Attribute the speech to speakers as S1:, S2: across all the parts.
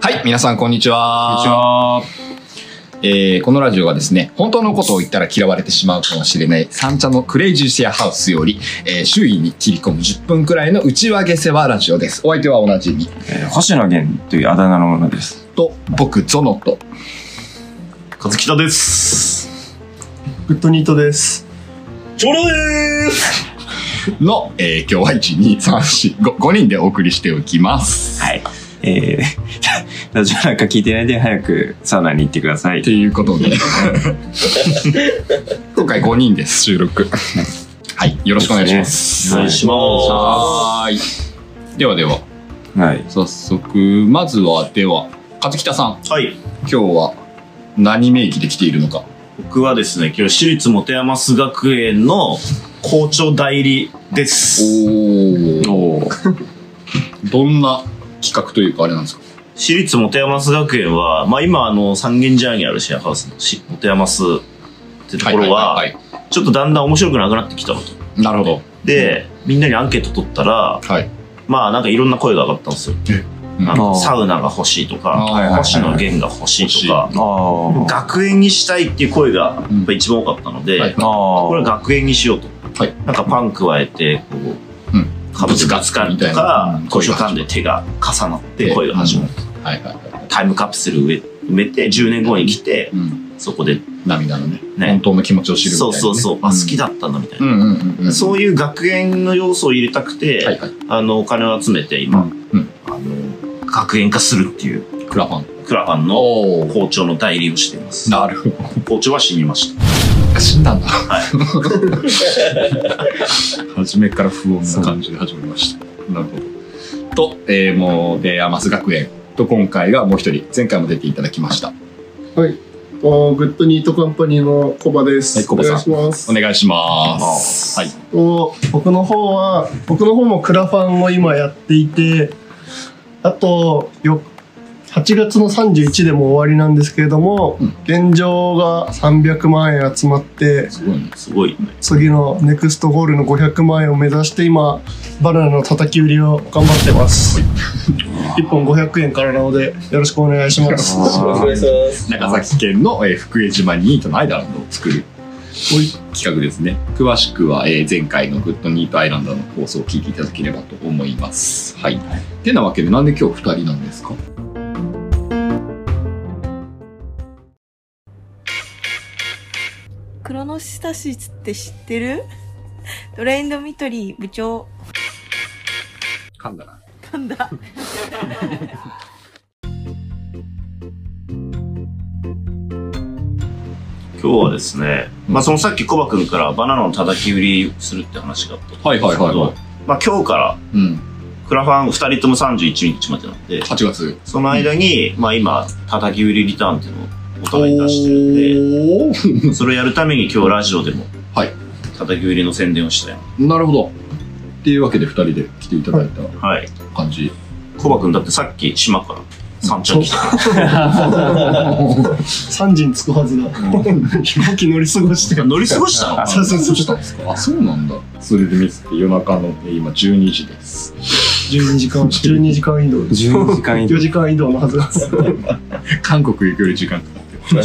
S1: はい、皆さんこんにちは。
S2: こんにちは。
S1: えーこのラジオはですね、本当のことを言ったら嫌われてしまうかもしれない三茶のクレイジーシェアハウスより、えー周囲に切り込む10分くらいの内輪下世話ラジオです。お相手はおなじみ
S2: えー星野源というあだ名のものです。
S1: と、僕、ゾノと、
S3: 和北です。グッドニートです。ジョロです。
S1: の、えー今日は1、2、3、4、5、5人でお送りしておきます。
S2: はい。えー、 ラジオなんか聞いてないで早くサウナに行ってください
S1: と。いうこと で、今回5人です、収録。はい、よろしくお願いします。
S2: お願い
S3: しま
S1: はーい。ではでは、
S2: はい。
S1: 早速、まずは、では、勝北さん。
S3: す。はい。
S1: 今日は何名義で来ているのか
S3: 僕はですね、今日私立本山須学園の校長代理です。
S1: おお
S2: おー
S1: どんな企画というかあれなんですか
S3: 私立本山須学園は、まあ今あの三軒茶屋にあるシェアハウスのし本山須ってところは、
S1: いい
S3: ちょっとだんだん面白くなくなってきたのと。
S1: いなるほど
S3: で、みんなにアンケート取ったら、
S1: はい
S3: まあなんかいろんな声が上がったんですよ。
S1: うん
S3: あの
S2: あー
S3: サウナが欲しいと
S1: あーはいはい
S3: か
S1: は、い
S3: 星野源が欲しいとか、
S2: あー
S3: 学園にしたいっていう声がやっぱ一番多かったので、
S1: はい
S2: あー。
S3: こ
S2: こ
S3: れは学園にしようと。
S1: はい
S3: なんかパン加えて、こう、
S1: うん
S3: かぶつかつかると
S1: ぶつか
S3: か
S1: るみたいな、
S3: 図書館で手が重なって声が始まる。
S1: はいはいはい、
S3: タイムカプセル埋め埋めて、10年後に来て
S1: う、ん、
S3: そこで、
S1: 涙のね本
S3: ね、
S1: 当の気持ちを知るみたい
S3: そ
S1: な、
S3: う
S1: ね、
S3: そうそう、あ、好きだったなみたいうな。
S1: んうんうんうん
S3: そういう学園の要素を入れたくて、
S1: はいはい、
S3: あの、お金を集めて、
S1: う
S3: 今、
S1: んうん、
S3: あの、学園化するっていう、
S1: クラファン
S3: クラファンの
S1: おお
S3: 校長の代理をしています。
S1: なるほ
S3: 校長は死にました。
S1: ど死んだんだ、はい、初めから不穏な感じで始めましたなるほどと、えー、もうで天須学園と今回がもう一人前回も出ていただきました
S4: はい。おーグッドニートカンパニーのコバです。
S1: はいコバさん
S4: お願いします。
S1: お願いします
S3: す
S1: はい
S4: お僕の方は、僕の方もクラファンを今やっていて、あと、よ、8月の31でも終わりなんですけれども、
S1: うん
S4: 現状が300万円集まって、
S1: すごいね
S3: すごい、ね。
S4: 次のネクストゴールの500万円を目指して今、バナナの叩き売りを頑張ってます。1本500円からなので、よろしくお願いします。
S1: 長崎県の、えー福江島にニートのアイランドを作る企画ですね詳しくは、えー前回のグッドニートアイランドの放送を聞いていただければと思いますはい、てなわけでなんで今日2人なんですか
S5: クロノシタシスって知ってる トレンドミトリー部長
S1: 噛んだな
S5: なんだ
S3: 今日はですね、まあ、そのさっきコバ君からバナナの叩き売りするって話があったと
S1: はいはいはい
S3: 思
S1: は
S3: うんですけどまあ、今日から
S1: い、うん、
S3: クラファン2人とも31日までなんで
S1: 8月
S3: その間に、まあ、今叩き売りリターンっていうのをお互いに出してるん
S1: おー
S3: でそれをやるために今日ラジオでも
S1: はい
S3: 叩き売りの宣伝をしたよ、
S1: なるほどっていうわけで2人で来ていただいた
S3: はい、
S1: 感じ、
S3: コバ君だってさっき島から三茶に来た
S4: 3時に着くはずだ。飛行機乗り過ごして。
S3: 乗り過ごしたの
S1: そうそうそうしたんですかあそうなんだそれで見せて夜中の、えー今12時です
S4: 12時間、12時間移動です。
S2: 12時間以上
S4: 4 。時間移動のはずが。
S1: 韓国行くより時間かかって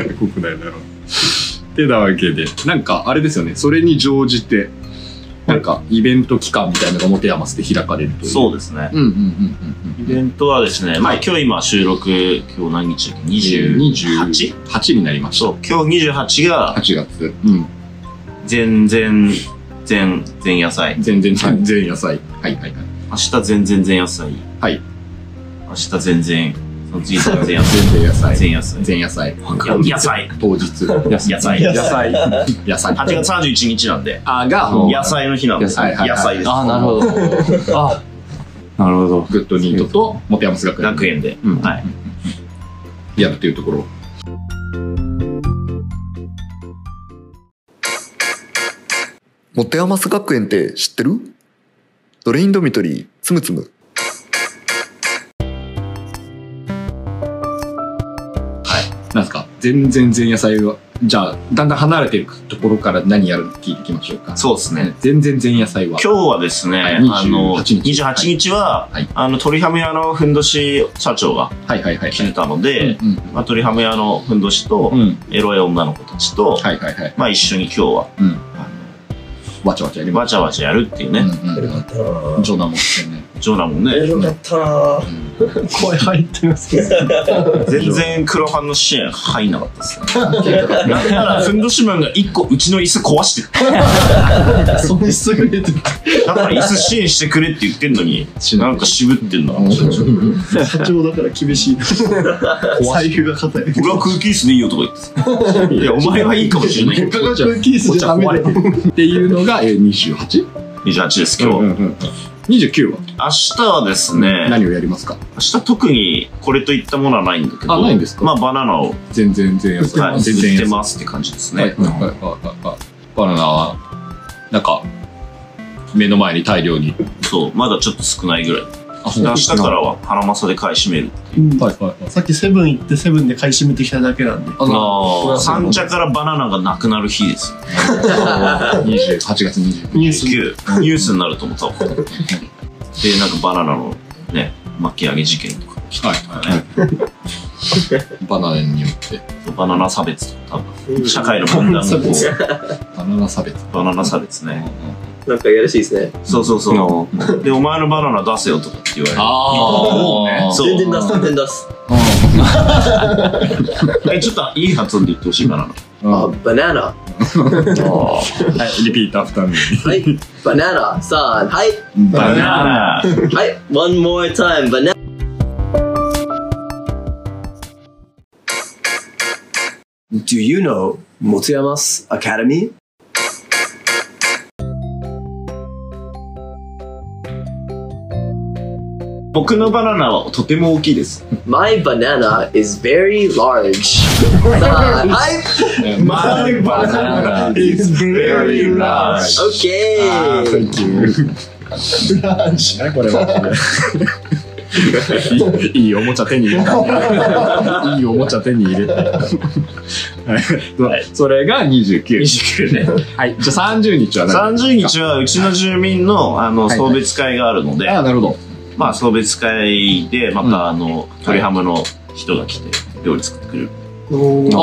S1: る国内だろてなわけでなんかあれですよねそれに乗じてなんかイベント期間みたいなのが持て余して開かれるという
S3: そうですね
S1: うんうんうん
S3: イベントはですね、まあ、今日今収録今日何日だっけ
S1: うんうん
S3: 28?
S1: 8になりました
S3: そう今日28が
S1: 8月うん
S3: 全然全全野菜
S1: 全然全然野菜はいはいはい
S3: 明日全然全野菜
S1: はい
S3: 明日全然その次全然野菜
S1: 全然野菜
S3: 全野菜
S1: 全野菜
S3: 野菜
S1: 当日野菜
S3: 野菜
S1: 野菜野菜
S3: 8月31日なんで
S1: あが
S2: そう
S3: 野菜の日なんで
S2: 野
S3: 野
S2: 菜
S3: 菜です
S2: あー、なるほど。あなるほど。
S1: グッドニートと本山学園
S3: 学園で
S1: うん
S3: はい
S1: やるっていうところ
S6: 元山須学園って知ってるドレインドミトリーつむつむ
S1: なんですか全然前夜祭は、じゃあ、だんだん離れてるところから何やるの聞いていきましょうか。
S3: そうですね。
S1: 全然前夜祭は。
S3: 今日はですね、
S1: はい
S3: あの、
S1: 28日
S3: 28日は、
S1: はい
S3: あの、鳥ハム屋のふんどし社長が
S1: はいはいはい
S3: 来
S1: は
S3: て
S1: い。
S3: たので、
S1: うん
S3: まあ、鳥ハム屋のふんどしと、
S1: うん。うん。
S3: エロい女の子たちと、
S1: はいはいはい。
S3: まあ一緒に今日は、
S1: うん
S3: あ
S1: わちゃわちゃやり
S3: の
S1: ま
S3: わちゃわちゃやるっていうね、
S1: す。うんうんうん。ジョナも来てね。
S3: ジョナもね、
S7: エロかったな
S4: 声入ってますけ ど。
S3: 全然黒ファンの支援入んなかった ですね。なんなら、ふんどしマンが一個うちの椅子壊してた。
S1: そんなすぐ出て
S3: だから椅子支援してくれって言ってんのに、
S1: し
S3: なんか渋ってんな。
S4: 社長だから厳しい。財布が硬い。
S3: 俺は空気椅子でいいよとか言ってた。いや、お前はいいかもしれないけど。
S4: 価格キースじゃダメだよ。
S1: っていうのが、えー、28?
S3: 28です、今日。
S1: うんうんうん29は
S3: 明日はですね、
S1: 何をやりますか
S3: 明日特にこれといったものはないんだけど、
S1: あないんですか
S3: まあバナナを、
S1: 全然前夜祭。
S3: はい、
S1: 全
S3: 売
S1: 然
S3: って
S1: 夜祭
S3: ますって感じですね。
S1: はいはいはいはいはい。バナナは、なんか、目の前に大量に。
S3: そう、まだちょっと少ないぐらい。
S1: あ、
S3: で明日から
S1: は
S3: はハラマサで買い占める。
S1: いはいはい。
S4: さっきセブン行ってセブンで買い占めてきただけなんで。
S1: あ
S3: ああ、三
S1: 28
S3: 茶からバナナがなくなる日です。
S1: 月29
S4: ニュース。
S3: 9、ニュースになると思ったわ。で、なんかバナナのね、巻き上げ事件とか、
S1: はいはい。バナナによって、
S3: バナナ差別とか、多分、社会の分断
S4: そ
S3: の
S4: うです
S1: バナナ差別。
S3: バナナ差別ね。
S7: なんかやらしいですね。
S3: そうそうそう。で、お前のバナナ出せよとかって言われる。
S1: ああ、
S3: そう
S7: 全然出す、全然出す。
S3: え、ちょっといい発音で言ってほしいバナナ。
S7: あ、バナナ。
S1: はい、リピートアフターミー。
S7: はい。バナナ。さん。はい。
S1: バ
S3: ナナ
S7: はい。One more time. バナナ。
S8: Do you know 元山 Academy?
S3: 僕のバナナはとても大きいです。
S7: My banana is very large. さん。はい。
S3: My banana is very large.
S7: OK!
S1: これはいいいいおもちゃ手に入れた。いいおもちゃ手に入れた。はい、それが29。
S3: 29ね。
S1: はい、じゃあ30日は何
S3: 30日はうちの住民のあの
S1: はい
S3: 送別会があるので、
S1: ああ、なるほど。
S3: まあ送別会でまたあの、鳥ハムの人が来て料理作ってくれる。
S4: お
S1: あ
S4: ー
S1: あ、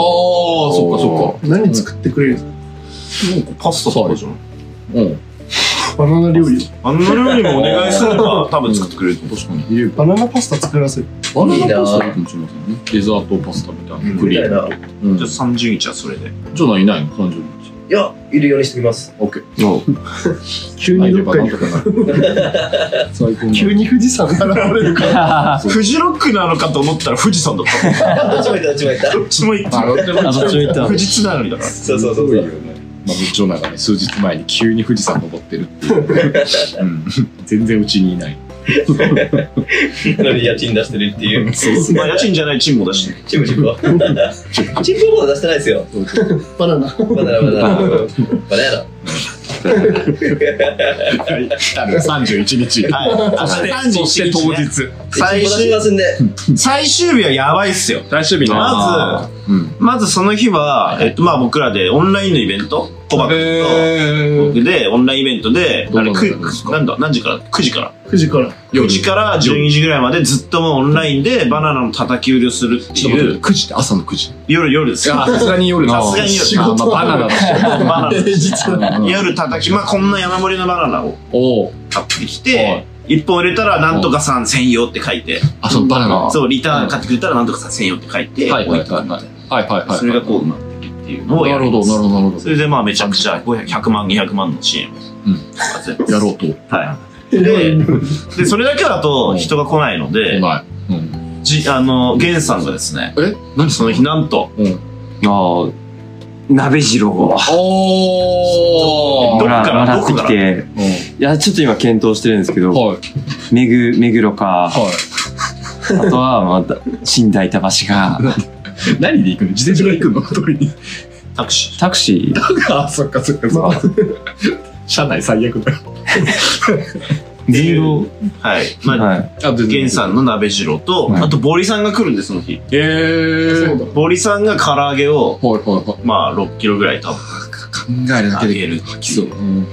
S1: そっかそっか。
S4: 何作ってくれるんです
S3: パスタとかじゃん。
S1: うん。
S4: かバナナ料理。
S3: あの料理もお願いすれば多分作ってくれると思う。
S1: 確かに。いえ
S4: バナナパスタ作らせる。
S1: バナナパスタ
S7: いいな
S1: かもしれませんね。デザートパスタみたいな。ク
S7: み
S1: リ
S7: たい
S1: ーム。
S7: な。
S1: うん
S3: じゃあ30日はそれで。
S1: ジョナいないの ?30 日。
S7: いや、いるようにしておきます。
S1: オッケー。
S4: 急にどっかに。
S1: とかなる。最高
S4: 急に富士山現れるから。
S3: フジロックなのかと思ったら富士山だった。
S7: どっちもいた、どっちもいた。
S3: どっちも行っ
S1: あ、乗ってま
S2: あ、そっち向いた
S3: た。。富士津なのにだから。
S7: そうそうそう
S1: すごい
S7: そ
S1: よ
S7: う。
S1: ね。まあ、ジョナがね、数日前に急に富士山登ってるっていう。うん。全然うちにいない。
S7: なのに家賃出してるっていう。
S3: まあ家賃じゃない賃も出してる。
S7: チムチムは。チムチムは出してないですよ。
S4: バナナ。
S7: バナナ、バナナ。バ ナナ。
S1: はい。31日。はい。明日、そして当日。
S3: 最
S7: 出し
S3: 終、
S7: ますんで。
S3: 最終日はやばいっすよ。
S1: 最終日
S3: ま
S1: ず、うん。
S3: ず、まずその日は、えっと、まあ僕らでオンラインのイベント、コバ君と僕で、オンラインイベントで、
S1: ど
S3: あ
S1: んな
S3: れ
S1: の
S3: く
S1: なんですか
S3: なんだ、何時から ?9 時から。
S4: 9時から。
S3: 4時から12時ぐらいまでずっともうオンラインでバナナの叩き売りをするって
S1: ちょっと待
S3: い
S1: って
S3: う、
S1: 9時って朝の9時。
S3: 夜夜ですよ。
S1: さすがに夜
S3: の
S1: 仕事バナナだ
S3: バ ナナ。
S1: し。
S3: 夜叩き、まあこんな山盛りのバナナを
S1: おう
S3: 買ってきて、1本入れたらなんとかさん専用って書いて、
S1: あ、そのバナナ。
S3: そう、リターン買ってくれたらなんとかさん専用って書いて、
S1: はいはいはい
S3: 置いてあ
S1: は
S3: る
S1: い。はいはいはい。
S3: それがこうなってるっていうのを
S1: な
S3: や
S1: る
S3: り
S1: ほ
S3: ま
S1: ど、
S3: す
S1: なるほど、なるほ
S3: それでまあめちゃくちゃ500万、200万の支援を。
S1: ど。やろうと。
S3: はい。で、でそれだけだと人が来ないので、
S1: ない。うん。
S3: じあの、ゲンさんがですね、
S1: え何
S3: そ
S1: そ
S3: の
S1: の
S3: 日
S1: 日
S3: なんと、
S2: ああ、鍋次郎。
S1: お
S3: どっ
S2: も
S3: からら
S2: もら
S3: ど
S2: っ
S3: こ
S2: て
S3: か
S2: き
S3: ら
S2: て。いや、ちょっと今検討してるんですけど、
S1: はい。
S2: 目ぐ、目黒か、
S1: は
S2: あとはまた、新大田橋が、
S1: い。 何で行くの自転車で行くの取 りに。
S3: タクシー。
S2: タクシ
S1: あ、そっかそっかそっか。車内最悪だよ。
S2: ー、
S3: て
S2: ゼ
S3: いう
S2: ロ。
S3: はい。まあ、
S2: はい。
S1: あ、全
S3: ゲンさんの鍋城と、
S2: はい
S3: あと、ボリさんが来るんです、その日。
S1: えー。はい
S3: ボリさんが唐揚げを、
S1: はいはい。
S3: まあ、6キロぐらい多分、
S1: 考えるだ
S3: あ
S1: け
S3: げ
S1: で
S3: る。
S1: 吐きそう。うん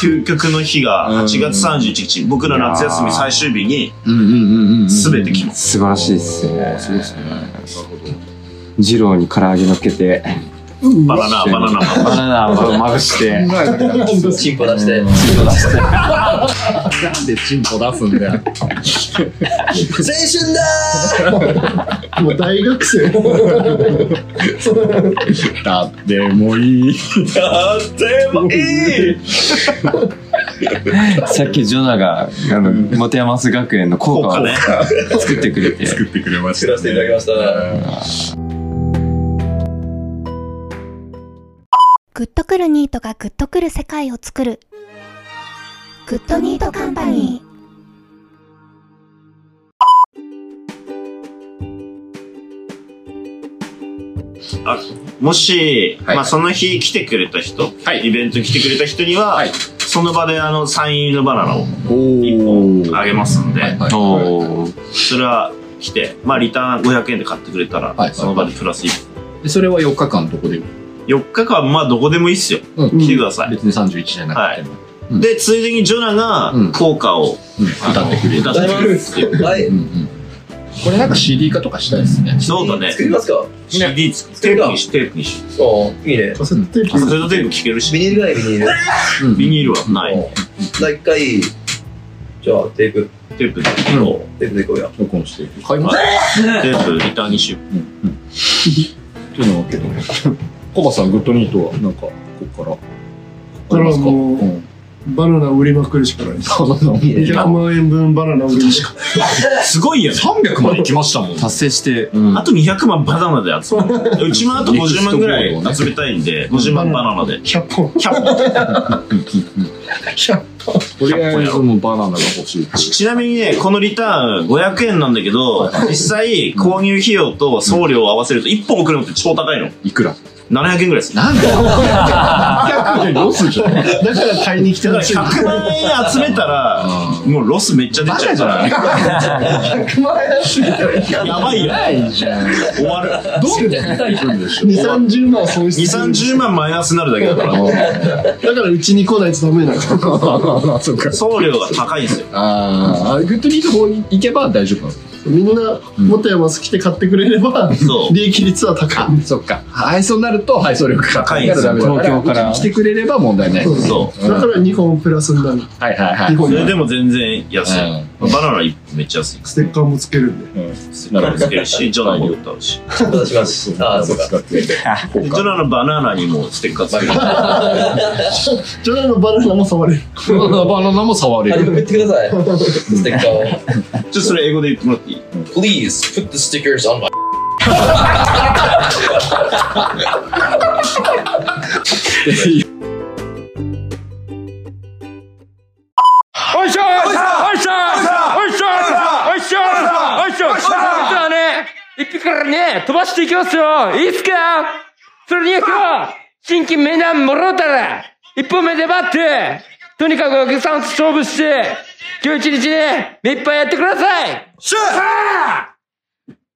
S3: 究極の日
S1: うん
S3: が8月31日、僕の夏休み最終日に、
S1: うんうんうんうん。
S3: すべて決まっ
S2: 素晴らしいっすね。
S1: そうですね。なるほど。
S2: 二郎に唐揚げ乗っけて、
S3: バナナ、バナナ。
S2: バナナをまぶして、
S1: 考えるだけだ
S7: チンポ出して。
S1: なんでチンポ出すんだよ。
S4: もう大学生。
S1: だってもういい。
S3: だってもいい
S2: さっきジョナが、あの、モテヤマス学園の効
S3: 効
S2: 果
S3: 果
S2: を
S3: ね。
S2: 作ってくれて、
S1: 作ってくれました、ね。
S7: 作らせていただきました
S1: うん
S9: グッとくるニートがグッとくる世界を作る。グッドニートカンパニー。
S3: もし、
S1: はい
S3: まあその日来てくれた人、
S1: はい
S3: イベントに来てくれた人には、
S1: はい
S3: その場であの、サイン入りのバナナを
S1: おー。
S3: あげますんで、
S1: おー。
S2: おー
S3: それは来て、まあリターン500円で買ってくれたら、
S1: はい
S3: その場でプラス1。
S1: でそれは4日間どこで
S3: 4日間、まあどこでもいいっすよ。
S1: うん
S3: 来てください。
S1: 別に31じゃなくても、うん
S3: で、ついでにジョナ
S1: うん
S3: が効果を
S1: うん歌ってくれる。
S3: 歌ってくれるっていう。
S7: はい
S1: うんうんこれなんか CD 化とかしたいですね。
S3: そうだね
S7: 作。りますか
S3: CD 作ってテープにし、テープにし。
S7: おーいいね。
S4: カセットテー
S3: カセ
S4: プ。
S3: ットテープ聞ける
S7: ビ
S3: し、
S7: ニールぐらいビニール。
S1: うん
S3: ビニールはない。
S7: おじゃあ一回、じゃあテープ、
S3: テープで。
S7: テープでいこうや。
S1: 録音して。買います
S3: テープリターンにしよう。
S1: というのはけどね。コバさん、グッドニートは、なんか、ここから。
S4: これはもう
S1: うん
S4: バナナ売りまくるしかないです。
S1: そうなの。
S7: い
S4: 200万円分バナナ売りまくる。
S3: すごいよね。
S1: 300まで行きましたもん。
S2: 達成して、
S1: うん
S3: あと200万バナナで集める。うちもあと50万ぐら
S1: ネクストゴールド
S3: い
S1: ね
S3: 集めたいんで、50万バナナで。
S4: 100本。
S3: 100本。
S1: とりあえずもうバナナが欲しいってい
S3: ちちなみにね、このリターン500円なんだけど、実際購入費用と送料を合わせると1本送るのって超高いの。
S1: う。いくら
S3: 700円ぐらいです。だ
S1: なんだよ !100 円ロスじゃん。
S4: だから買いに来て
S3: か
S4: ほ
S3: ら
S4: しい。
S3: 100万円集めたら、もうロスめっちゃ出
S1: バ
S3: ちゃ
S1: カ
S3: う
S1: じ
S3: か
S1: ゃな
S3: ら
S1: い。
S4: 100万
S3: やばいよ。
S1: ないじゃん。
S3: 終わる。
S1: どうやって行くんでしょう
S4: 円 ?2、30万損
S3: 2、
S4: 失する。
S3: 30万マイナスになるだけだから、
S4: だからうちに来ないとダメな の。
S1: ああ、そうか。
S3: 送料が高いんですよ。
S1: ああ、グッドニート方に行けば大丈夫なの
S4: みんな、もたやます来て買ってくれれば、
S3: そう
S4: 利益率は高い。
S1: そっか。配送になると配送料が
S3: 高いんですよ
S1: だから
S2: 東京から
S1: 来てくれれば問題ない。
S4: そう
S3: そう。
S4: だから2本プラスになる。
S1: はいはいは
S4: 2
S1: い。
S3: そ
S4: 本
S3: れ
S4: に
S3: でも全然安い。
S1: うん
S3: バナナ1本めっちゃ安い。
S4: ステッカーもつけるんで。
S1: なるほ
S3: つけるし、ジョナも歌うし。
S7: ちょっと出します。ああ、そうか。
S1: 使って
S3: ジョナのバナナにもステッカーつける。
S4: ジョナのバナナも触れる。
S1: バナナも触れ
S7: あ、でも
S1: る。
S7: 言ってください。ステッカー
S3: ちょっとそれ英語で言ってもらっていい
S7: を。Please put the stickers on my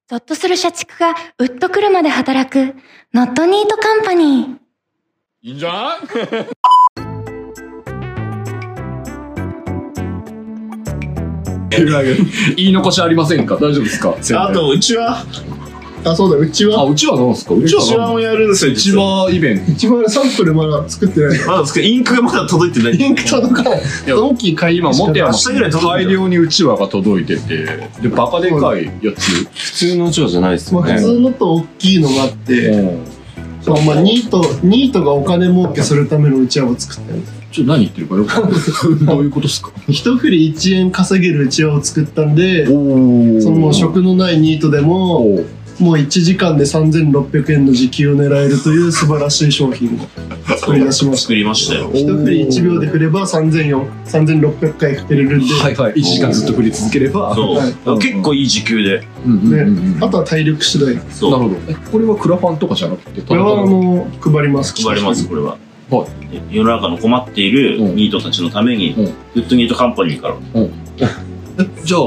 S9: ゾッとする社畜がウッとくるまで働く、ノットニートカンパニー。
S1: いいんじゃない言い残しありませんか大丈夫ですか
S3: あと、うちは、
S4: あ、そうだ、うち
S1: あ、
S4: は。
S1: うちは何すかう
S3: う
S1: ち
S3: ちは
S1: は
S3: もやるんですよ、
S1: うちはイベント。
S4: 一番サンプルまだ作ってない。
S3: まだ作るインクがまだ届いてない。
S4: リンク届かない。
S1: いや
S4: ドンキー買い
S1: 今持ってやます
S3: 明日ぐらい届くんだ
S1: 大
S3: よ
S1: 量にうちわが届いてて、で、バカでかいやつ。
S2: 普通のジョーじゃないです
S4: ま
S2: よ
S4: あ
S2: ね
S4: 普。通のと大きいのがあって、
S1: うん
S4: まあまあニート、ニートがお金儲けするためのうちわを作ったんです。
S1: ちょっと何言ってるかよくわ かんないどういうことですか
S4: 一振り1円稼げるうちわを作ったんで、
S1: お
S4: そのもう職のないニートでも、
S1: おー
S4: もう1時間で3600円の時給を狙えるという素晴らしい商品を作り出しました
S3: 作りましたよ。
S4: 一振り1秒で振れば3400 3600回振れるんで、
S1: はいはい1時間ずっと振り続ければ
S3: そう
S4: はい
S3: だから結構いい時給で。
S1: うんうんうんうんな
S4: あとは体力次第
S3: そう。
S1: るほどえこれはクラファンとかじゃなくて
S4: これはあの配ります
S3: 配ります、これは。
S1: は
S3: 世の中の困っている
S1: うん
S3: ニートたちのために、
S1: うん
S3: グッドニートカンパニーから
S1: えじゃあ、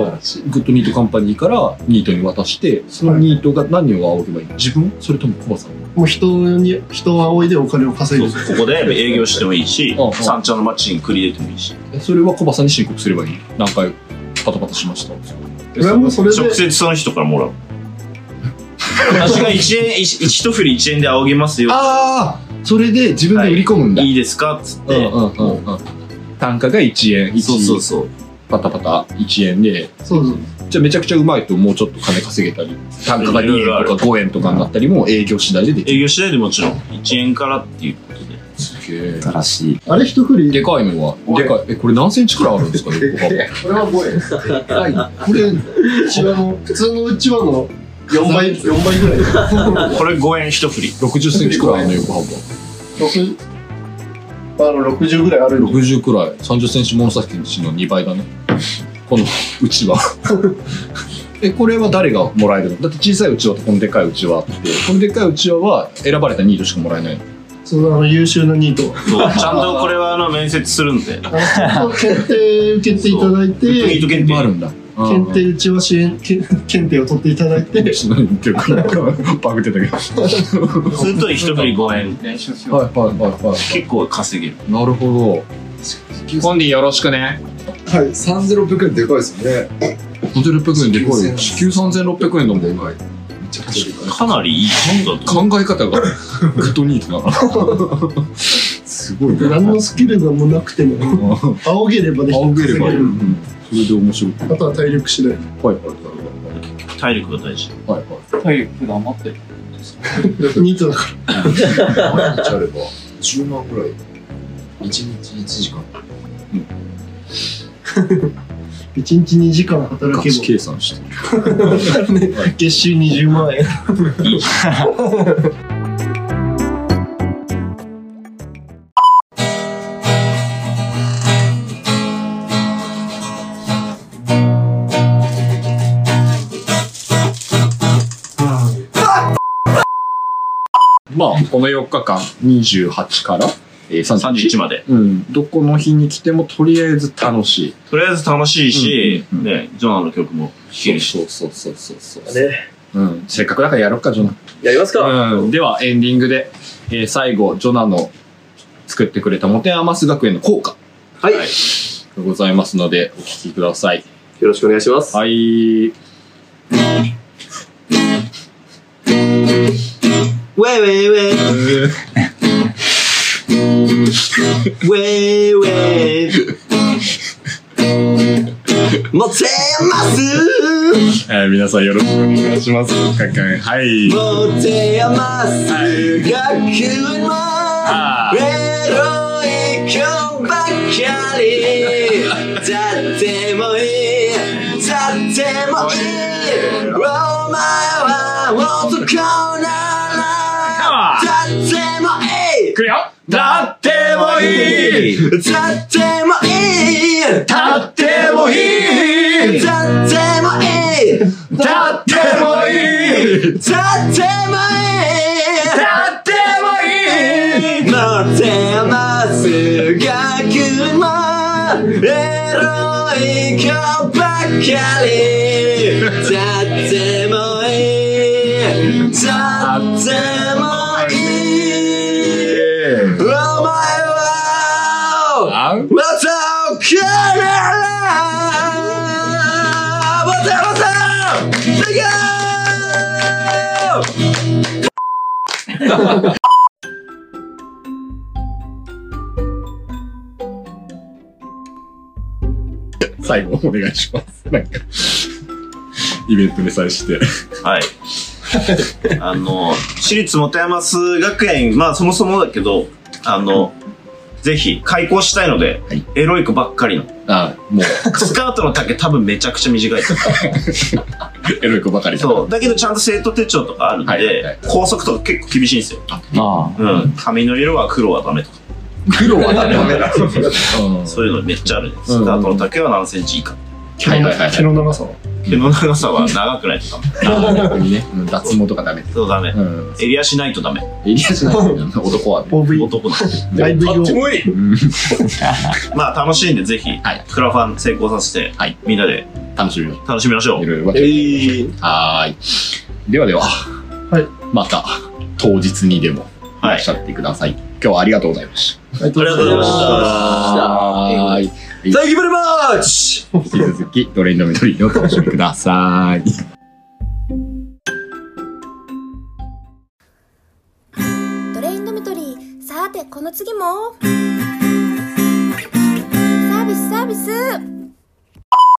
S1: グッドニートカンパニーからニートに渡して、そのニートが何を仰げばいいの自分それともコバさん
S4: もう人に、人を仰いでお金を稼
S3: そ
S4: いうで
S3: そうここで営業してもいいし
S1: うんうん
S3: 三茶の街に繰り出てもいいし
S1: えそれはコバさんに申告すればいい何回パタパタしました
S4: 俺はもうそれで
S3: 直接その人からもらう私が一円一一振り1円で仰ぎますよ
S1: ああそれで自分で売り込むんだ、
S3: いいですかっつって、
S1: うんうんうんうん単価が1円
S3: そうそうそう
S1: パタパタ1円で
S4: そうそう。
S1: じゃあめちゃくちゃうまいともうちょっと金稼げたり単価が2
S3: いろいろあ
S1: 円
S3: る
S1: とか5円とかになったりも営業次第ででき
S3: 営
S1: る
S3: 業次第でもちろん1円からっていうことです
S1: げえ
S2: 新しい。
S4: あれ一振り
S1: でかいのはでかいえこれ何センチくらいあるんですかね 横幅
S4: これは5円。はい。これ、うちわの、普通のうちわの4倍、4倍ぐらい。
S3: これ5円一振り
S1: 60センチくらいあるの横幅
S4: 6あの、60ぐらいあるの。
S1: 60くらい30センチ物差しの2倍だねこのうちわえこれは誰がもらえるのだって小さいうちわとこのでかいうちわあってこのでかいうちわは選ばれたニートしかもらえないの
S4: その、あの、優秀なニート。
S3: そうちゃんとこれはあの面接するんで
S4: あのちょっと検定受けていただい
S3: グッドニー
S4: て、
S3: ト限
S1: もある
S3: 定
S1: んだ
S4: 検定うちわ支援、け検定を取っていただいて、
S1: ちょっと何言って るかなんかバグってたけど
S3: すると一振り5円
S1: はいはいはいは
S3: 結構稼げる
S1: いなるほどコンディよろしくね
S10: はい、3600円でかいですよね。
S1: 3600円でこれ地球3600円だもん考
S10: めちゃくちゃでかい。
S3: かなりいいことだと思う
S1: え方がグッドニートだなすごいね
S4: 何のスキルがもうなくても、仰げればね、
S1: 仰げればいい、
S4: 稼
S1: うんそれで面白い
S4: げるあとは体力次第。
S1: はいはい
S3: 体力が大事
S1: はいはい
S4: ニートだか
S10: 毎日あれば10万ぐらい。1日1時間。
S4: ら、1日2時間働
S1: ガ
S4: け
S1: チ計算してる
S4: ば、ね、月収20万円。
S1: まあこの4日間28から、えー、
S3: 31
S1: 31
S3: まで
S1: うんどこの日に来てもとりあえず楽しい
S3: とりあえず楽しいし、
S1: うんうん
S3: ねジョナの曲も聴けるし
S1: そうそうそうそうそうそう、
S7: ね、
S1: うん、せっかくだからやろっかジョナ
S7: やりますか、
S1: うん、ではエンディングで、えー最後ジョナの作ってくれたモテアマス学園の効果
S7: はい、
S3: はい
S1: がございますのでお聞きください
S7: よろしくお願いします。
S1: はい
S7: ウェイウェイウェイ。ウェイウェイ。モテます。
S1: えー皆さんよろしくお願いします。カンカンはい。
S7: モテます。学園は
S1: はい
S7: エロい今日ばっかり。とってもいい。とってもいい。お前は男なら。だってもいい
S1: くるよだってもいい
S7: だってもいい
S1: だってもいい
S7: だってもいい
S1: だってもいい
S7: だってもい
S1: だってもいい
S7: い持ってます学もエロい子ばっかりだってもいいだってもいいお前は
S1: あ
S7: また起きれまたまた行けー
S1: 最後お願いします。なんか、イベントに際して。
S3: はい。あの、私立本山数学園、まあそもそもだけど、あの、ぜひ開校したいので、
S1: はい
S3: エロい子ばっかりの。
S1: あもう、
S3: スカートの丈多分めちゃくちゃ短い。
S1: エロい子ばかりだ。
S3: そう。だけどちゃんと生徒手帳とかあるんで、
S1: はいはいはい
S3: 校則とか結構厳しいんですよ。
S2: あ
S3: うん。髪の色は黒はダメとか、
S1: 黒はダメだ。うん。
S3: そういうのめっちゃあるんです。スカートの丈は何センチ以下。
S1: はいはいはいはい
S4: 毛の長さは。
S3: 毛の長さは長くないとダメ。
S1: 逆にね、うん脱毛とかダメ。
S3: そうダメ。襟足ないとダメ。
S1: 襟足ないとダメ男はね。
S3: 男だ。
S1: だいぶ
S3: かっこいいまあ楽しいんでぜひ、クラファン成功させて、みんなで
S1: 楽しみまし
S3: ょう。楽しみましょう。
S1: えー、はーい。ではでは、はい、また当日にでもいらっしゃってください。今日はありがとうございました。
S3: ありがとうございました。
S1: はーい。
S7: Thank you very much!
S1: 引き続きドレインドメドリーをお楽しみください。
S9: ドレインドミトリーさてこの次もサービスサービス